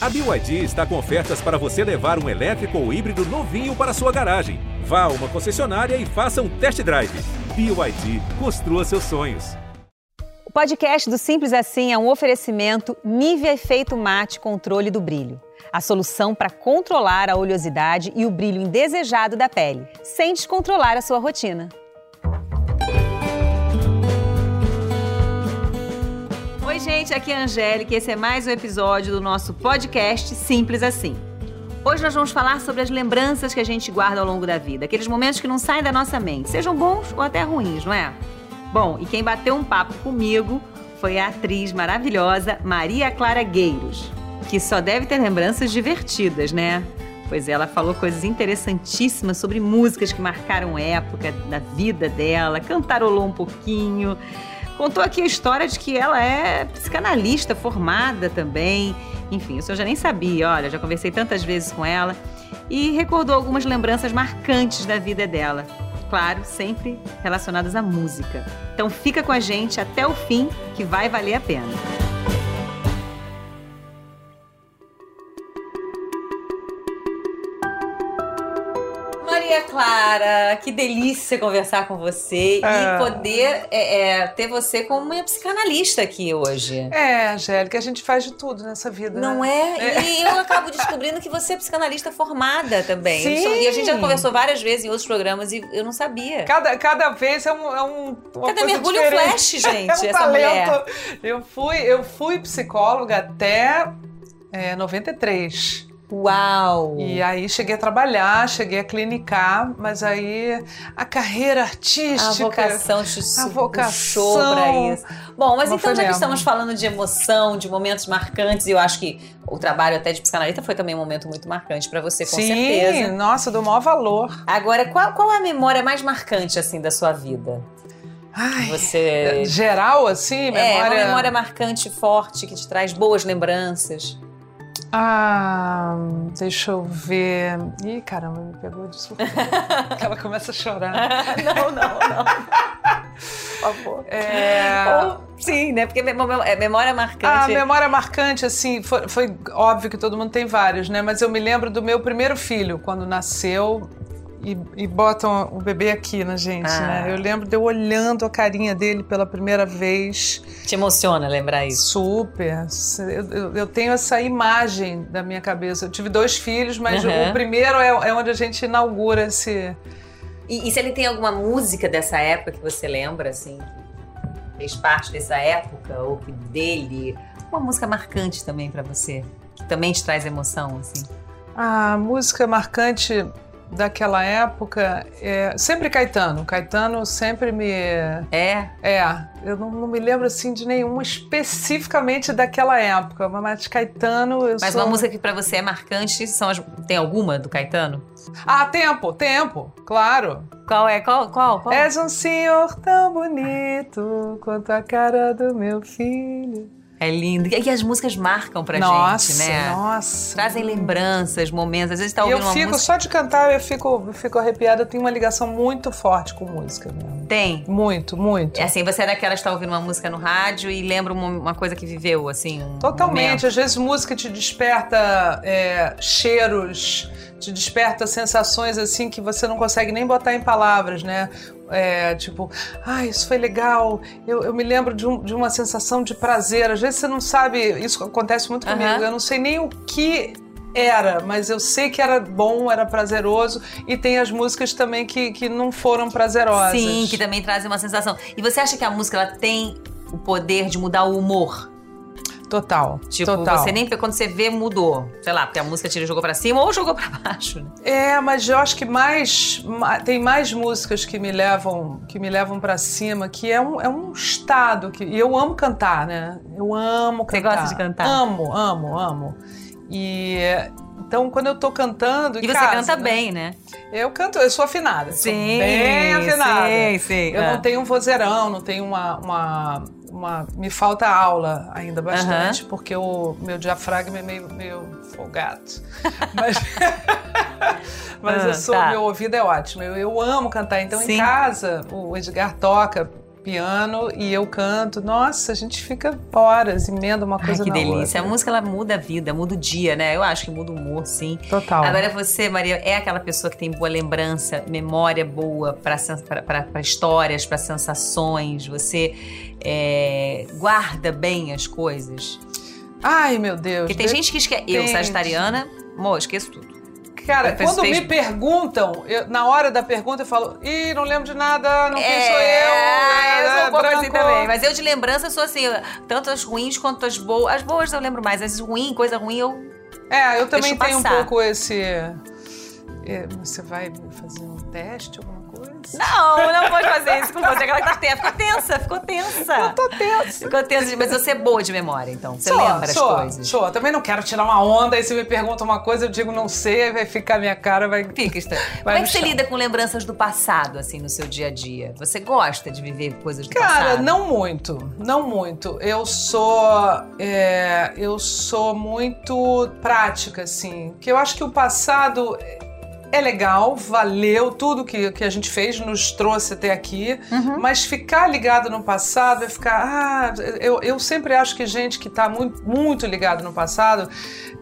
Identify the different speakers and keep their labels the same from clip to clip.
Speaker 1: A BYD está com ofertas para você levar um elétrico ou híbrido novinho para sua garagem. Vá a uma concessionária e faça um test drive. BYD, construa seus sonhos.
Speaker 2: O podcast do Simples Assim é um oferecimento Nivea Efeito Mate Controle do Brilho. A solução para controlar a oleosidade e o brilho indesejado da pele, sem descontrolar a sua rotina. Oi, gente, aqui é a Angélica e esse é mais um episódio do nosso podcast Simples Assim. Hoje nós vamos falar sobre as lembranças que a gente guarda ao longo da vida, aqueles momentos que não saem da nossa mente, sejam bons ou até ruins, não é? Bom, e quem bateu um papo comigo foi a atriz maravilhosa Maria Clara Gueiros, que só deve ter lembranças divertidas, né? Pois ela falou coisas interessantíssimas sobre músicas que marcaram época da vida dela, cantarolou um pouquinho, contou aqui a história de que ela é psicanalista formada também. Enfim, isso eu já nem sabia, olha, já conversei tantas vezes com ela e recordou algumas lembranças marcantes da vida dela claro, sempre relacionadas à música. Então fica com a gente até o fim que vai valer a pena. Maria Clara, que delícia conversar com você
Speaker 3: Ah.
Speaker 2: e poder é, é, ter você como uma psicanalista aqui hoje.
Speaker 3: É, Angélica, a gente faz de tudo nessa vida.
Speaker 2: Não
Speaker 3: né?
Speaker 2: é? E eu acabo descobrindo que você é psicanalista formada também. Eu sou- E a gente já
Speaker 3: Sim.
Speaker 2: conversou várias vezes em outros programas e eu não sabia.
Speaker 3: Cada, cada vez é um. É um uma
Speaker 2: é? Cada
Speaker 3: coisa
Speaker 2: mergulho um
Speaker 3: diferente.
Speaker 2: flash, gente,
Speaker 3: É um
Speaker 2: essa
Speaker 3: talento.
Speaker 2: mulher.
Speaker 3: Eu fui, eu fui psicóloga até é, 93.
Speaker 2: Uau!
Speaker 3: E é aí cheguei a trabalhar, cheguei a clinicar, mas aí a carreira
Speaker 2: A
Speaker 3: artística.
Speaker 2: vocação te
Speaker 3: A
Speaker 2: puxou
Speaker 3: vocação.
Speaker 2: pra isso. Bom, mas
Speaker 3: Não
Speaker 2: então
Speaker 3: foi
Speaker 2: já que
Speaker 3: mesmo.
Speaker 2: estamos falando de emoção, de momentos marcantes, e eu acho que o trabalho até de psicanalista foi também um momento muito marcante pra você, com
Speaker 3: Sim,
Speaker 2: certeza.
Speaker 3: nossa, do maior valor.
Speaker 2: Agora, qual, qual é a memória mais marcante, assim, da sua vida?
Speaker 3: Ai,
Speaker 2: Você...
Speaker 3: geral, assim,
Speaker 2: É,
Speaker 3: memória.
Speaker 2: uma memória marcante, forte, que te traz boas lembranças.
Speaker 3: Ah, deixa eu ver. Ih, caramba, me pegou de surpresa. Ela começa a chorar.
Speaker 2: não, não, não. Por favor.
Speaker 3: É...
Speaker 2: Ou- sim, né? Porque memo- memo- é memória
Speaker 3: A
Speaker 2: marcante.
Speaker 3: Ah, memória marcante, assim, foi, foi óbvio que todo mundo tem vários, né? Mas eu me lembro do meu primeiro filho, quando nasceu. E, e botam o bebê aqui na gente,
Speaker 2: Ah.
Speaker 3: né? Eu lembro de eu olhando a carinha dele pela primeira vez.
Speaker 2: Te emociona lembrar isso.
Speaker 3: Super. Eu, eu- eu tenho essa imagem da minha cabeça. Eu tive dois filhos, mas
Speaker 2: Uhum.
Speaker 3: o primeiro é, é onde a gente inaugura esse.
Speaker 2: E, e se ele tem alguma música dessa época que você lembra, assim, que fez parte dessa época ou que dele? Uma música marcante também pra você, que também te traz emoção, assim.
Speaker 3: A música marcante daquela época é sempre Caetano. Caetano sempre me
Speaker 2: É?
Speaker 3: É, eu não, não me lembro assim de nenhuma especificamente daquela época, mas Caetano. Eu
Speaker 2: Mas
Speaker 3: sou...
Speaker 2: uma música que pra você é marcante são as... tem alguma do Caetano?
Speaker 3: Ah, tempo, tempo, claro.
Speaker 2: Qual é? Qual? Qual? qual?
Speaker 3: És um senhor tão bonito quanto a cara do meu filho.
Speaker 2: É lindo. E que as músicas marcam pra
Speaker 3: nossa,
Speaker 2: gente, né?
Speaker 3: nossa.
Speaker 2: Trazem lembranças, momentos. Às vezes tá
Speaker 3: E
Speaker 2: ouvindo
Speaker 3: eu
Speaker 2: uma
Speaker 3: fico,
Speaker 2: música.
Speaker 3: só de cantar, eu fico, eu fico arrepiada. Eu tenho uma ligação muito forte com música mesmo.
Speaker 2: Tem.
Speaker 3: Muito, muito.
Speaker 2: É assim, você é daquelas que tá ouvindo uma música no rádio e lembra uma, uma coisa que viveu, assim. um
Speaker 3: Totalmente. Às vezes música te desperta é, cheiros, te desperta sensações assim que você não consegue nem botar em palavras, né? É, tipo, ah, isso foi legal. Eu, eu me lembro de, um- de uma sensação de prazer. Às vezes você não sabe, isso acontece muito comigo.
Speaker 2: Aham.
Speaker 3: Eu não sei nem o que era, mas eu sei que era bom, era prazeroso. E tem as músicas também que, que não foram prazerosas.
Speaker 2: Sim, que também trazem uma sensação. E você acha que a música ela tem o poder de mudar o humor?
Speaker 3: Total.
Speaker 2: Tipo,
Speaker 3: total.
Speaker 2: você nem quando você vê mudou, sei lá, porque a música te jogou pra cima ou jogou pra baixo. né?
Speaker 3: É, mas eu acho que mais ma- tem mais músicas que me levam que me levam para cima, que é um, é um estado que e eu amo cantar, né? Eu amo
Speaker 2: Você
Speaker 3: cantar.
Speaker 2: gosta de cantar?
Speaker 3: Amo, amo, amo. E é, então quando eu tô cantando em
Speaker 2: E você
Speaker 3: casa,
Speaker 2: canta
Speaker 3: né?
Speaker 2: bem, né?
Speaker 3: Eu canto, eu sou afinada. sou bem afinada.
Speaker 2: Sim, sim.
Speaker 3: Eu
Speaker 2: Ah.
Speaker 3: não tenho um vozeirão, não tenho uma, uma, uma- Me falta aula ainda bastante, porque o meu diafragma é meio, meio folgado. Mas, mas
Speaker 2: Ah,
Speaker 3: eu sou,
Speaker 2: tá.
Speaker 3: meu ouvido é ótimo. Eu, eu amo cantar. Então,
Speaker 2: Sim.
Speaker 3: em casa, o Edgar toca piano e eu canto. Nossa, a gente fica horas, emenda uma coisa
Speaker 2: Ai, que
Speaker 3: na
Speaker 2: delícia. É A
Speaker 3: outra.
Speaker 2: música ela muda a vida, muda o dia, né? Eu acho que muda o humor, sim.
Speaker 3: Total.
Speaker 2: Agora você, Maria, é aquela pessoa que tem boa lembrança, memória boa para histórias, para sensações. Você é, guarda bem as coisas.
Speaker 3: Ai, meu Deus.
Speaker 2: Porque tem
Speaker 3: de-
Speaker 2: gente que esquece. Eu,
Speaker 3: Depende.
Speaker 2: sagitariana, mo, esqueço tudo.
Speaker 3: Cara,
Speaker 2: Fez-
Speaker 3: quando
Speaker 2: fez-
Speaker 3: me perguntam, eu- na hora da pergunta eu falo, ih, não lembro de nada, não quem
Speaker 2: é,
Speaker 3: sou eu.
Speaker 2: é, eu sou
Speaker 3: é,
Speaker 2: um pouco assim
Speaker 3: branco.
Speaker 2: também. Mas eu de lembrança sou assim, eu- tanto as ruins quanto as boas. As boas eu lembro mais, as ruins, coisa ruim eu.
Speaker 3: É, eu também
Speaker 2: Deixa eu
Speaker 3: tenho um
Speaker 2: passar.
Speaker 3: pouco esse. é, Você vai fazer um teste, alguma coisa?
Speaker 2: Não, não pode fazer isso com você. Aquela que tá tensa. Ficou tensa, ficou tensa.
Speaker 3: Eu tô tensa.
Speaker 2: Ficou tensa, mas você é boa de memória, então. Você
Speaker 3: Sou,
Speaker 2: lembra
Speaker 3: sou,
Speaker 2: as coisas.
Speaker 3: Sou, também não quero tirar uma onda, aí você me pergunta uma coisa, eu digo não sei, aí vai ficar a minha cara, vai.
Speaker 2: Fica estranho. Como
Speaker 3: Vai
Speaker 2: é
Speaker 3: no
Speaker 2: que você
Speaker 3: chão.
Speaker 2: lida com lembranças do passado, assim, no seu dia a dia? Você gosta de viver coisas do passado?
Speaker 3: Cara, não muito, não muito. Eu sou, é, eu sou muito prática, assim. Porque eu acho que o passado é legal, valeu tudo que, que a gente fez, nos trouxe até aqui.
Speaker 2: Uhum.
Speaker 3: Mas ficar ligado no passado é ficar. Ah, eu, eu sempre acho que gente que está muito, muito ligado no passado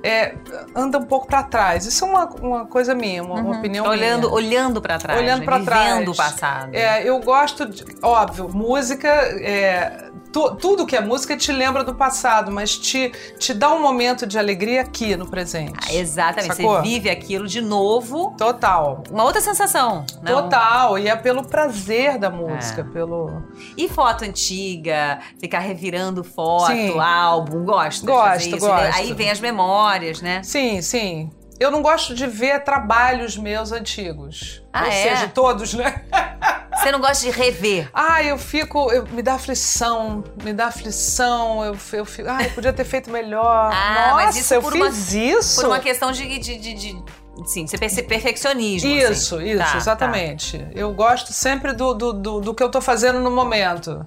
Speaker 3: é, anda um pouco para trás. Isso é uma, uma coisa minha, uma, uma
Speaker 2: Uhum.
Speaker 3: opinião
Speaker 2: olhando,
Speaker 3: minha.
Speaker 2: olhando pra trás.
Speaker 3: Olhando
Speaker 2: né?
Speaker 3: pra
Speaker 2: Vivendo
Speaker 3: trás.
Speaker 2: o passado.
Speaker 3: É, eu gosto, de, óbvio, música, é, tu- tudo que é música te lembra do passado, mas te, te dá um momento de alegria aqui no presente.
Speaker 2: Ah, Exatamente.
Speaker 3: Sacou?
Speaker 2: Você vive aquilo de novo.
Speaker 3: Total.
Speaker 2: Uma outra sensação. né? Um-
Speaker 3: Total. E é pelo prazer da música,
Speaker 2: É.
Speaker 3: pelo.
Speaker 2: E foto antiga, ficar revirando foto,
Speaker 3: Sim.
Speaker 2: álbum, gosta de
Speaker 3: Gosto,
Speaker 2: fazer isso. né?
Speaker 3: gosto.
Speaker 2: Aí vem as memórias, né?
Speaker 3: Sim, sim. Eu não gosto de ver trabalhos meus antigos.
Speaker 2: Ah,
Speaker 3: Ou
Speaker 2: é?
Speaker 3: seja, todos, né?
Speaker 2: Você não gosta de rever.
Speaker 3: Ah, eu fico. eu- me dá aflição, me dá aflição. Eu, eu fico. Ai, podia ter feito melhor.
Speaker 2: Ah,
Speaker 3: Nossa,
Speaker 2: mas isso
Speaker 3: eu
Speaker 2: por uma-
Speaker 3: fiz isso.
Speaker 2: Por uma questão de. de, de, de sim, você perce- perfeccionismo. assim.
Speaker 3: Isso, isso,
Speaker 2: Tá, tá.
Speaker 3: exatamente. Eu gosto sempre do, do, do, do que eu tô fazendo no momento.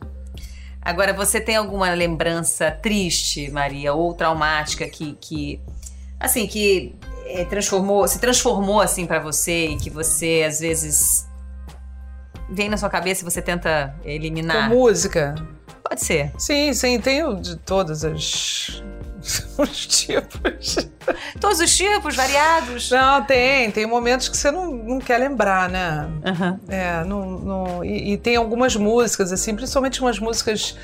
Speaker 2: Agora, você tem alguma lembrança triste, Maria, ou traumática que. que assim, que eh, transformou, se transformou assim pra você e que você às vezes. Vem na sua cabeça e você tenta eliminar.
Speaker 3: Com música.
Speaker 2: Pode ser.
Speaker 3: Sim, sim, tenho de todas as. Os tipos.
Speaker 2: Todos os tipos, variados.
Speaker 3: Não, tem. Tem momentos que você não, não quer lembrar, né?
Speaker 2: Aham.
Speaker 3: É, não, não- e, e tem algumas músicas, assim, principalmente umas músicas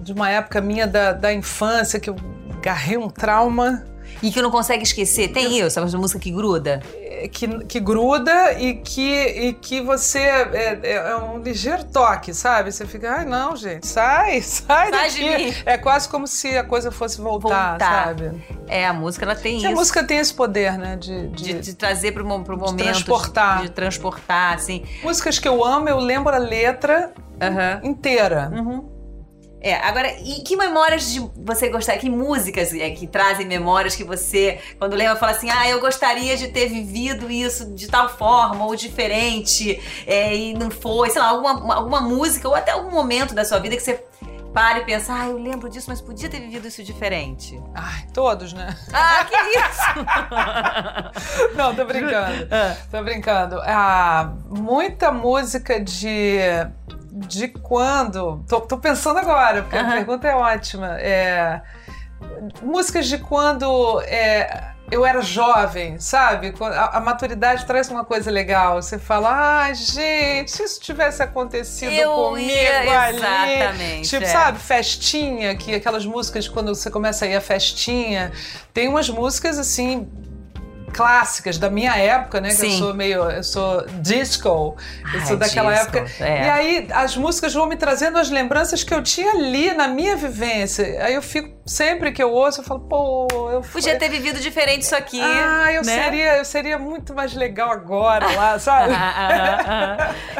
Speaker 3: de uma época minha da, da infância, que eu agarrei um trauma
Speaker 2: E que não consegue esquecer. Tem isso, essa música que gruda.
Speaker 3: é, que, que gruda e que, e que você. É, é- é um ligeiro toque, sabe? Você fica, ai não, gente, sai, sai,
Speaker 2: Sai de
Speaker 3: daqui.
Speaker 2: mim.
Speaker 3: É quase como se a coisa fosse voltar,
Speaker 2: Voltar.
Speaker 3: sabe?
Speaker 2: É, a música ela tem
Speaker 3: E
Speaker 2: isso.
Speaker 3: a música tem esse poder, né? De,
Speaker 2: De,
Speaker 3: de-
Speaker 2: de trazer pro, mo- pro momento.
Speaker 3: transportar.
Speaker 2: De, de transportar, assim.
Speaker 3: Músicas que eu amo, eu lembro a letra
Speaker 2: Aham.
Speaker 3: inteira.
Speaker 2: Uhum. É, agora, e que memórias de você gostaria, que músicas é que trazem memórias que você, quando lembra, fala assim, ah, eu gostaria de ter vivido isso de tal forma, ou diferente, é, e não foi, sei lá, alguma, alguma música, ou até algum momento da sua vida que você para e pensa, ah, eu lembro disso, mas podia ter vivido isso diferente.
Speaker 3: Ai, todos, né?
Speaker 2: Ah, que isso!
Speaker 3: Não, tô brincando.
Speaker 2: É.
Speaker 3: Tô brincando. Ah, muita música de. De quando? Tô, tô pensando agora, porque
Speaker 2: Aham.
Speaker 3: a pergunta é ótima. É, músicas de quando é, eu era jovem, sabe? Quando- A, a maturidade traz uma coisa legal. Você fala, ai, gente, se isso tivesse acontecido
Speaker 2: eu
Speaker 3: comigo
Speaker 2: ia,
Speaker 3: ali.
Speaker 2: exatamente.
Speaker 3: Tipo,
Speaker 2: é.
Speaker 3: sabe, festinha, que aquelas músicas de quando você começa a ir à festinha, tem umas músicas assim clássicas da minha época, né? Que
Speaker 2: Sim.
Speaker 3: eu sou meio, eu sou disco, eu sou
Speaker 2: Ai,
Speaker 3: daquela
Speaker 2: disco,
Speaker 3: época.
Speaker 2: é.
Speaker 3: E aí as músicas vão me trazendo as lembranças que eu tinha ali na minha vivência. Aí eu fico sempre que eu ouço, eu falo, pô, eu fui-
Speaker 2: Podia ter vivido diferente isso aqui.
Speaker 3: Ah,
Speaker 2: né?
Speaker 3: eu
Speaker 2: Ah,
Speaker 3: seria, eu seria muito mais legal agora lá, sabe?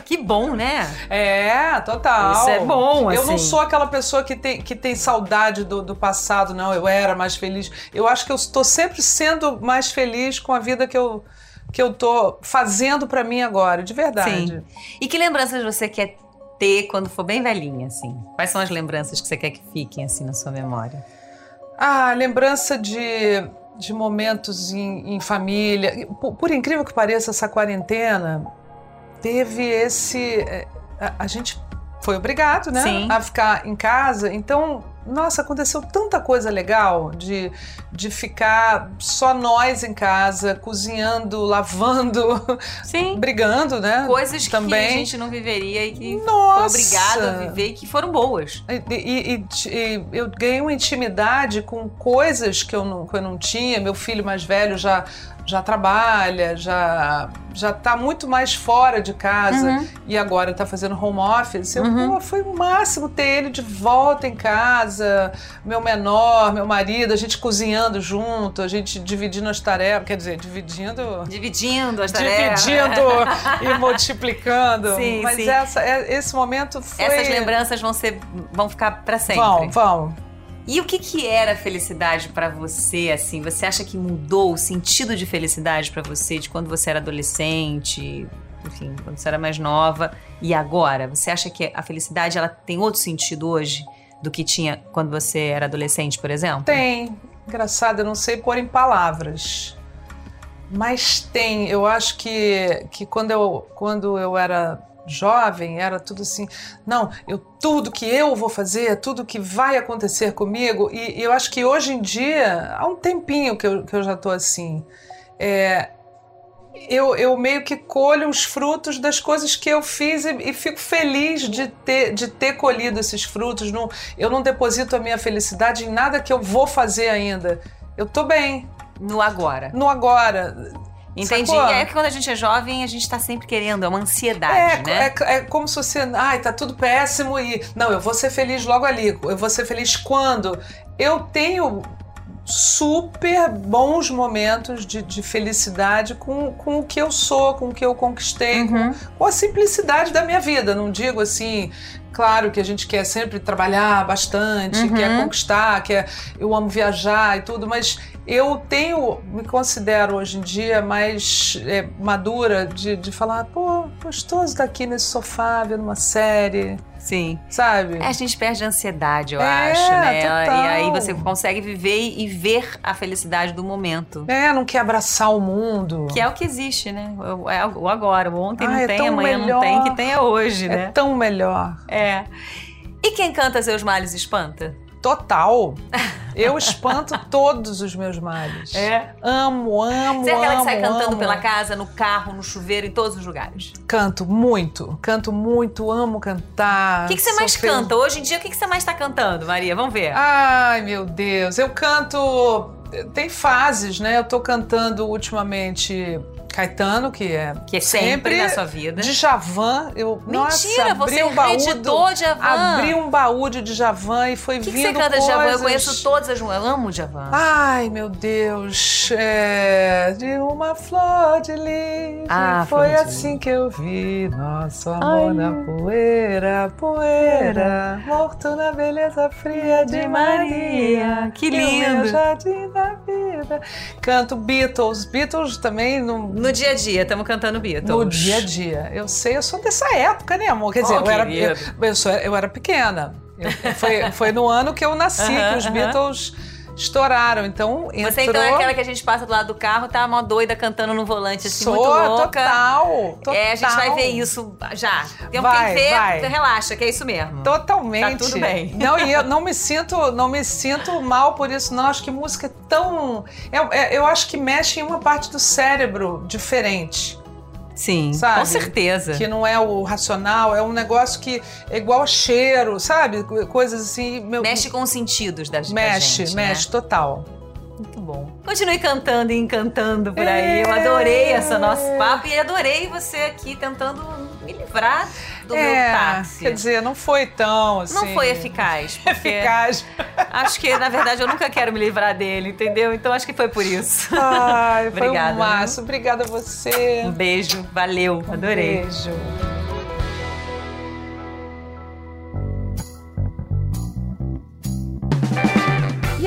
Speaker 2: que bom, né?
Speaker 3: É, total.
Speaker 2: Isso é bom,
Speaker 3: Eu não
Speaker 2: assim.
Speaker 3: sou aquela pessoa que tem, que tem saudade do, do passado, não. Eu era mais feliz. Eu acho que eu estou sempre sendo mais feliz com a vida que eu, que eu tô fazendo pra mim agora, de verdade.
Speaker 2: E que lembranças você quer ter quando for bem velhinha, assim? Quais são as lembranças que você quer que fiquem, assim, na sua memória?
Speaker 3: Ah, lembrança de, de momentos em, em família. Por, por incrível que pareça, essa quarentena teve esse. eh, é, A, a gente foi obrigado, né?
Speaker 2: Sim.
Speaker 3: A ficar em casa. Então, nossa, aconteceu tanta coisa legal de, de ficar só nós em casa, cozinhando, lavando,
Speaker 2: Sim.
Speaker 3: brigando, né?
Speaker 2: Coisas que a
Speaker 3: Também.
Speaker 2: gente não viveria e que foi
Speaker 3: Nossa!
Speaker 2: obrigado a viver e que foram boas.
Speaker 3: E, e- e- e eu ganhei uma intimidade com coisas que eu não, que eu não tinha. Meu filho mais velho já, já trabalha, já já está muito mais fora de casa
Speaker 2: Uhum.
Speaker 3: e agora está fazendo home office. Eu,
Speaker 2: Uhum.
Speaker 3: pô, foi o máximo ter ele de volta em casa, meu menor, meu marido, a gente cozinhando junto, a gente dividindo as tarefas, quer dizer, dividindo
Speaker 2: Dividindo as tarefas.
Speaker 3: dividindo e multiplicando.
Speaker 2: Sim,
Speaker 3: Mas
Speaker 2: sim.
Speaker 3: essa- é- esse momento foi.
Speaker 2: Essas lembranças vão ser vão ficar pra sempre.
Speaker 3: Vão, vão.
Speaker 2: E o que que era felicidade pra você assim? Você acha que mudou o sentido de felicidade pra você de quando você era adolescente, enfim, quando você era mais nova e agora? Você acha que a felicidade ela tem outro sentido hoje do que tinha quando você era adolescente, por exemplo?
Speaker 3: Tem. Engraçado, eu não sei pôr em palavras. Mas tem. Eu acho que, que quando, eu, quando eu era jovem, era tudo assim. Não, eu tudo que eu vou fazer, tudo que vai acontecer comigo. E, e eu acho que hoje em dia, há um tempinho que eu, que eu já tô assim. É, eu, eu meio que colho os frutos das coisas que eu fiz e, e fico feliz de ter, de ter colhido esses frutos. Não, eu não deposito a minha felicidade em nada que eu vou fazer ainda. Eu tô bem,
Speaker 2: No agora.
Speaker 3: no agora.
Speaker 2: Entendi.
Speaker 3: Sacou?
Speaker 2: E é que quando a gente é jovem, a gente tá sempre querendo, é uma
Speaker 3: É,
Speaker 2: ansiedade, né?
Speaker 3: é, é como se você. Ai, tá tudo péssimo e. Não, eu vou ser feliz logo ali. Eu vou ser feliz quando? Eu tenho super bons momentos de, de felicidade com, com o que eu sou, com o que eu conquistei, com
Speaker 2: Uhum.
Speaker 3: ou a simplicidade da minha vida. Não digo assim, claro que a gente quer sempre trabalhar bastante,
Speaker 2: Uhum.
Speaker 3: quer conquistar, quer eu amo viajar e tudo, mas eu tenho, me considero hoje em dia mais é, madura de, de falar, pô, gostoso estar aqui nesse sofá vendo uma série,
Speaker 2: Sim.
Speaker 3: sabe?
Speaker 2: É, a gente perde a ansiedade, eu
Speaker 3: É,
Speaker 2: acho, né?
Speaker 3: total.
Speaker 2: E aí você consegue viver e ver a felicidade do momento.
Speaker 3: É, não quer abraçar o mundo.
Speaker 2: Que é o que existe, né? O- É o agora. O ontem
Speaker 3: Ah,
Speaker 2: não
Speaker 3: é
Speaker 2: tem,
Speaker 3: tão
Speaker 2: amanhã não
Speaker 3: melhor.
Speaker 2: tem, que tem é hoje,
Speaker 3: É
Speaker 2: né?
Speaker 3: tão melhor.
Speaker 2: É. E quem canta seus males espanta?
Speaker 3: Total. Eu espanto todos os meus males. Amo, amo,
Speaker 2: É. Você é aquela que sai
Speaker 3: É. amo,
Speaker 2: cantando
Speaker 3: amo.
Speaker 2: pela casa, no carro, no chuveiro, em todos os lugares?
Speaker 3: Canto muito, canto muito, amo cantar.
Speaker 2: O que, que você
Speaker 3: Sou
Speaker 2: mais
Speaker 3: feliz.
Speaker 2: canta? Hoje em dia, o que, que você mais tá cantando, Maria? Vamos ver.
Speaker 3: Ah, Ai, meu Deus, eu canto. Tem fases, né? Eu tô cantando ultimamente Caetano, que é.
Speaker 2: que é sempre,
Speaker 3: sempre
Speaker 2: na sua vida.
Speaker 3: Djavan, eu.
Speaker 2: Né? Mentira,
Speaker 3: nossa, abri
Speaker 2: você
Speaker 3: um baú do,
Speaker 2: acreditou de Avan.
Speaker 3: Abri um baú de Djavan e foi
Speaker 2: O que, que você
Speaker 3: vindo
Speaker 2: canta de Javan? Eu
Speaker 3: coisas... Ah.
Speaker 2: conheço todas as. Eu amo o Javan.
Speaker 3: Ai, meu Deus, é, de uma flor de lis,
Speaker 2: Ah,
Speaker 3: foi
Speaker 2: flor de
Speaker 3: assim que eu vi nosso amor na poeira, poeira, morto na beleza fria de,
Speaker 2: De Maria.
Speaker 3: Maria.
Speaker 2: Que
Speaker 3: E o
Speaker 2: lindo.
Speaker 3: meu jardim da vida. Canto Beatles, Beatles também no,
Speaker 2: No dia a dia, estamos cantando Beatles.
Speaker 3: no dia a dia. Eu sei, eu sou dessa época, né, amor? Quer dizer,
Speaker 2: Oh,
Speaker 3: eu, era, eu,
Speaker 2: querido.
Speaker 3: eu sou- eu era pequena. Eu- foi, foi no ano que eu nasci
Speaker 2: Aham,
Speaker 3: que os
Speaker 2: aham.
Speaker 3: Beatles estouraram. Então entrou.
Speaker 2: Você então é aquela que a gente passa do lado do carro, tá mó doida cantando no volante, assim,
Speaker 3: sou
Speaker 2: muito louca.
Speaker 3: total, total.
Speaker 2: É, a gente vai ver isso já. Tem
Speaker 3: Vai,
Speaker 2: quem vê,
Speaker 3: vai.
Speaker 2: relaxa, que é isso mesmo.
Speaker 3: Totalmente.
Speaker 2: Tá tudo bem.
Speaker 3: Não, e eu não me sinto, não me sinto mal por isso, não. Acho que música é tão. Eu, eu acho que mexe em uma parte do cérebro diferente.
Speaker 2: Sim,
Speaker 3: Sabe?
Speaker 2: com certeza.
Speaker 3: que não é o racional, é um negócio que é igual cheiro, sabe? Co- Coisas assim. Meu,
Speaker 2: Mexe com os sentidos das
Speaker 3: mexe,
Speaker 2: da gente,
Speaker 3: mexe, total.
Speaker 2: Né? Muito bom. Continue cantando e encantando por aí. Eu
Speaker 3: É.
Speaker 2: adorei essa nosso papo e adorei você aqui tentando me livrar do meu táxi.
Speaker 3: É, Quer dizer, não foi tão assim.
Speaker 2: um não foi eficaz, porque
Speaker 3: Eficaz.
Speaker 2: acho que, na verdade, eu nunca quero me livrar dele, entendeu? Então acho que foi por isso.
Speaker 3: Ai, foi
Speaker 2: Obrigada,
Speaker 3: um
Speaker 2: viu?
Speaker 3: massa. Obrigada a você.
Speaker 2: Um beijo, valeu, adorei.
Speaker 3: Beijo.
Speaker 2: E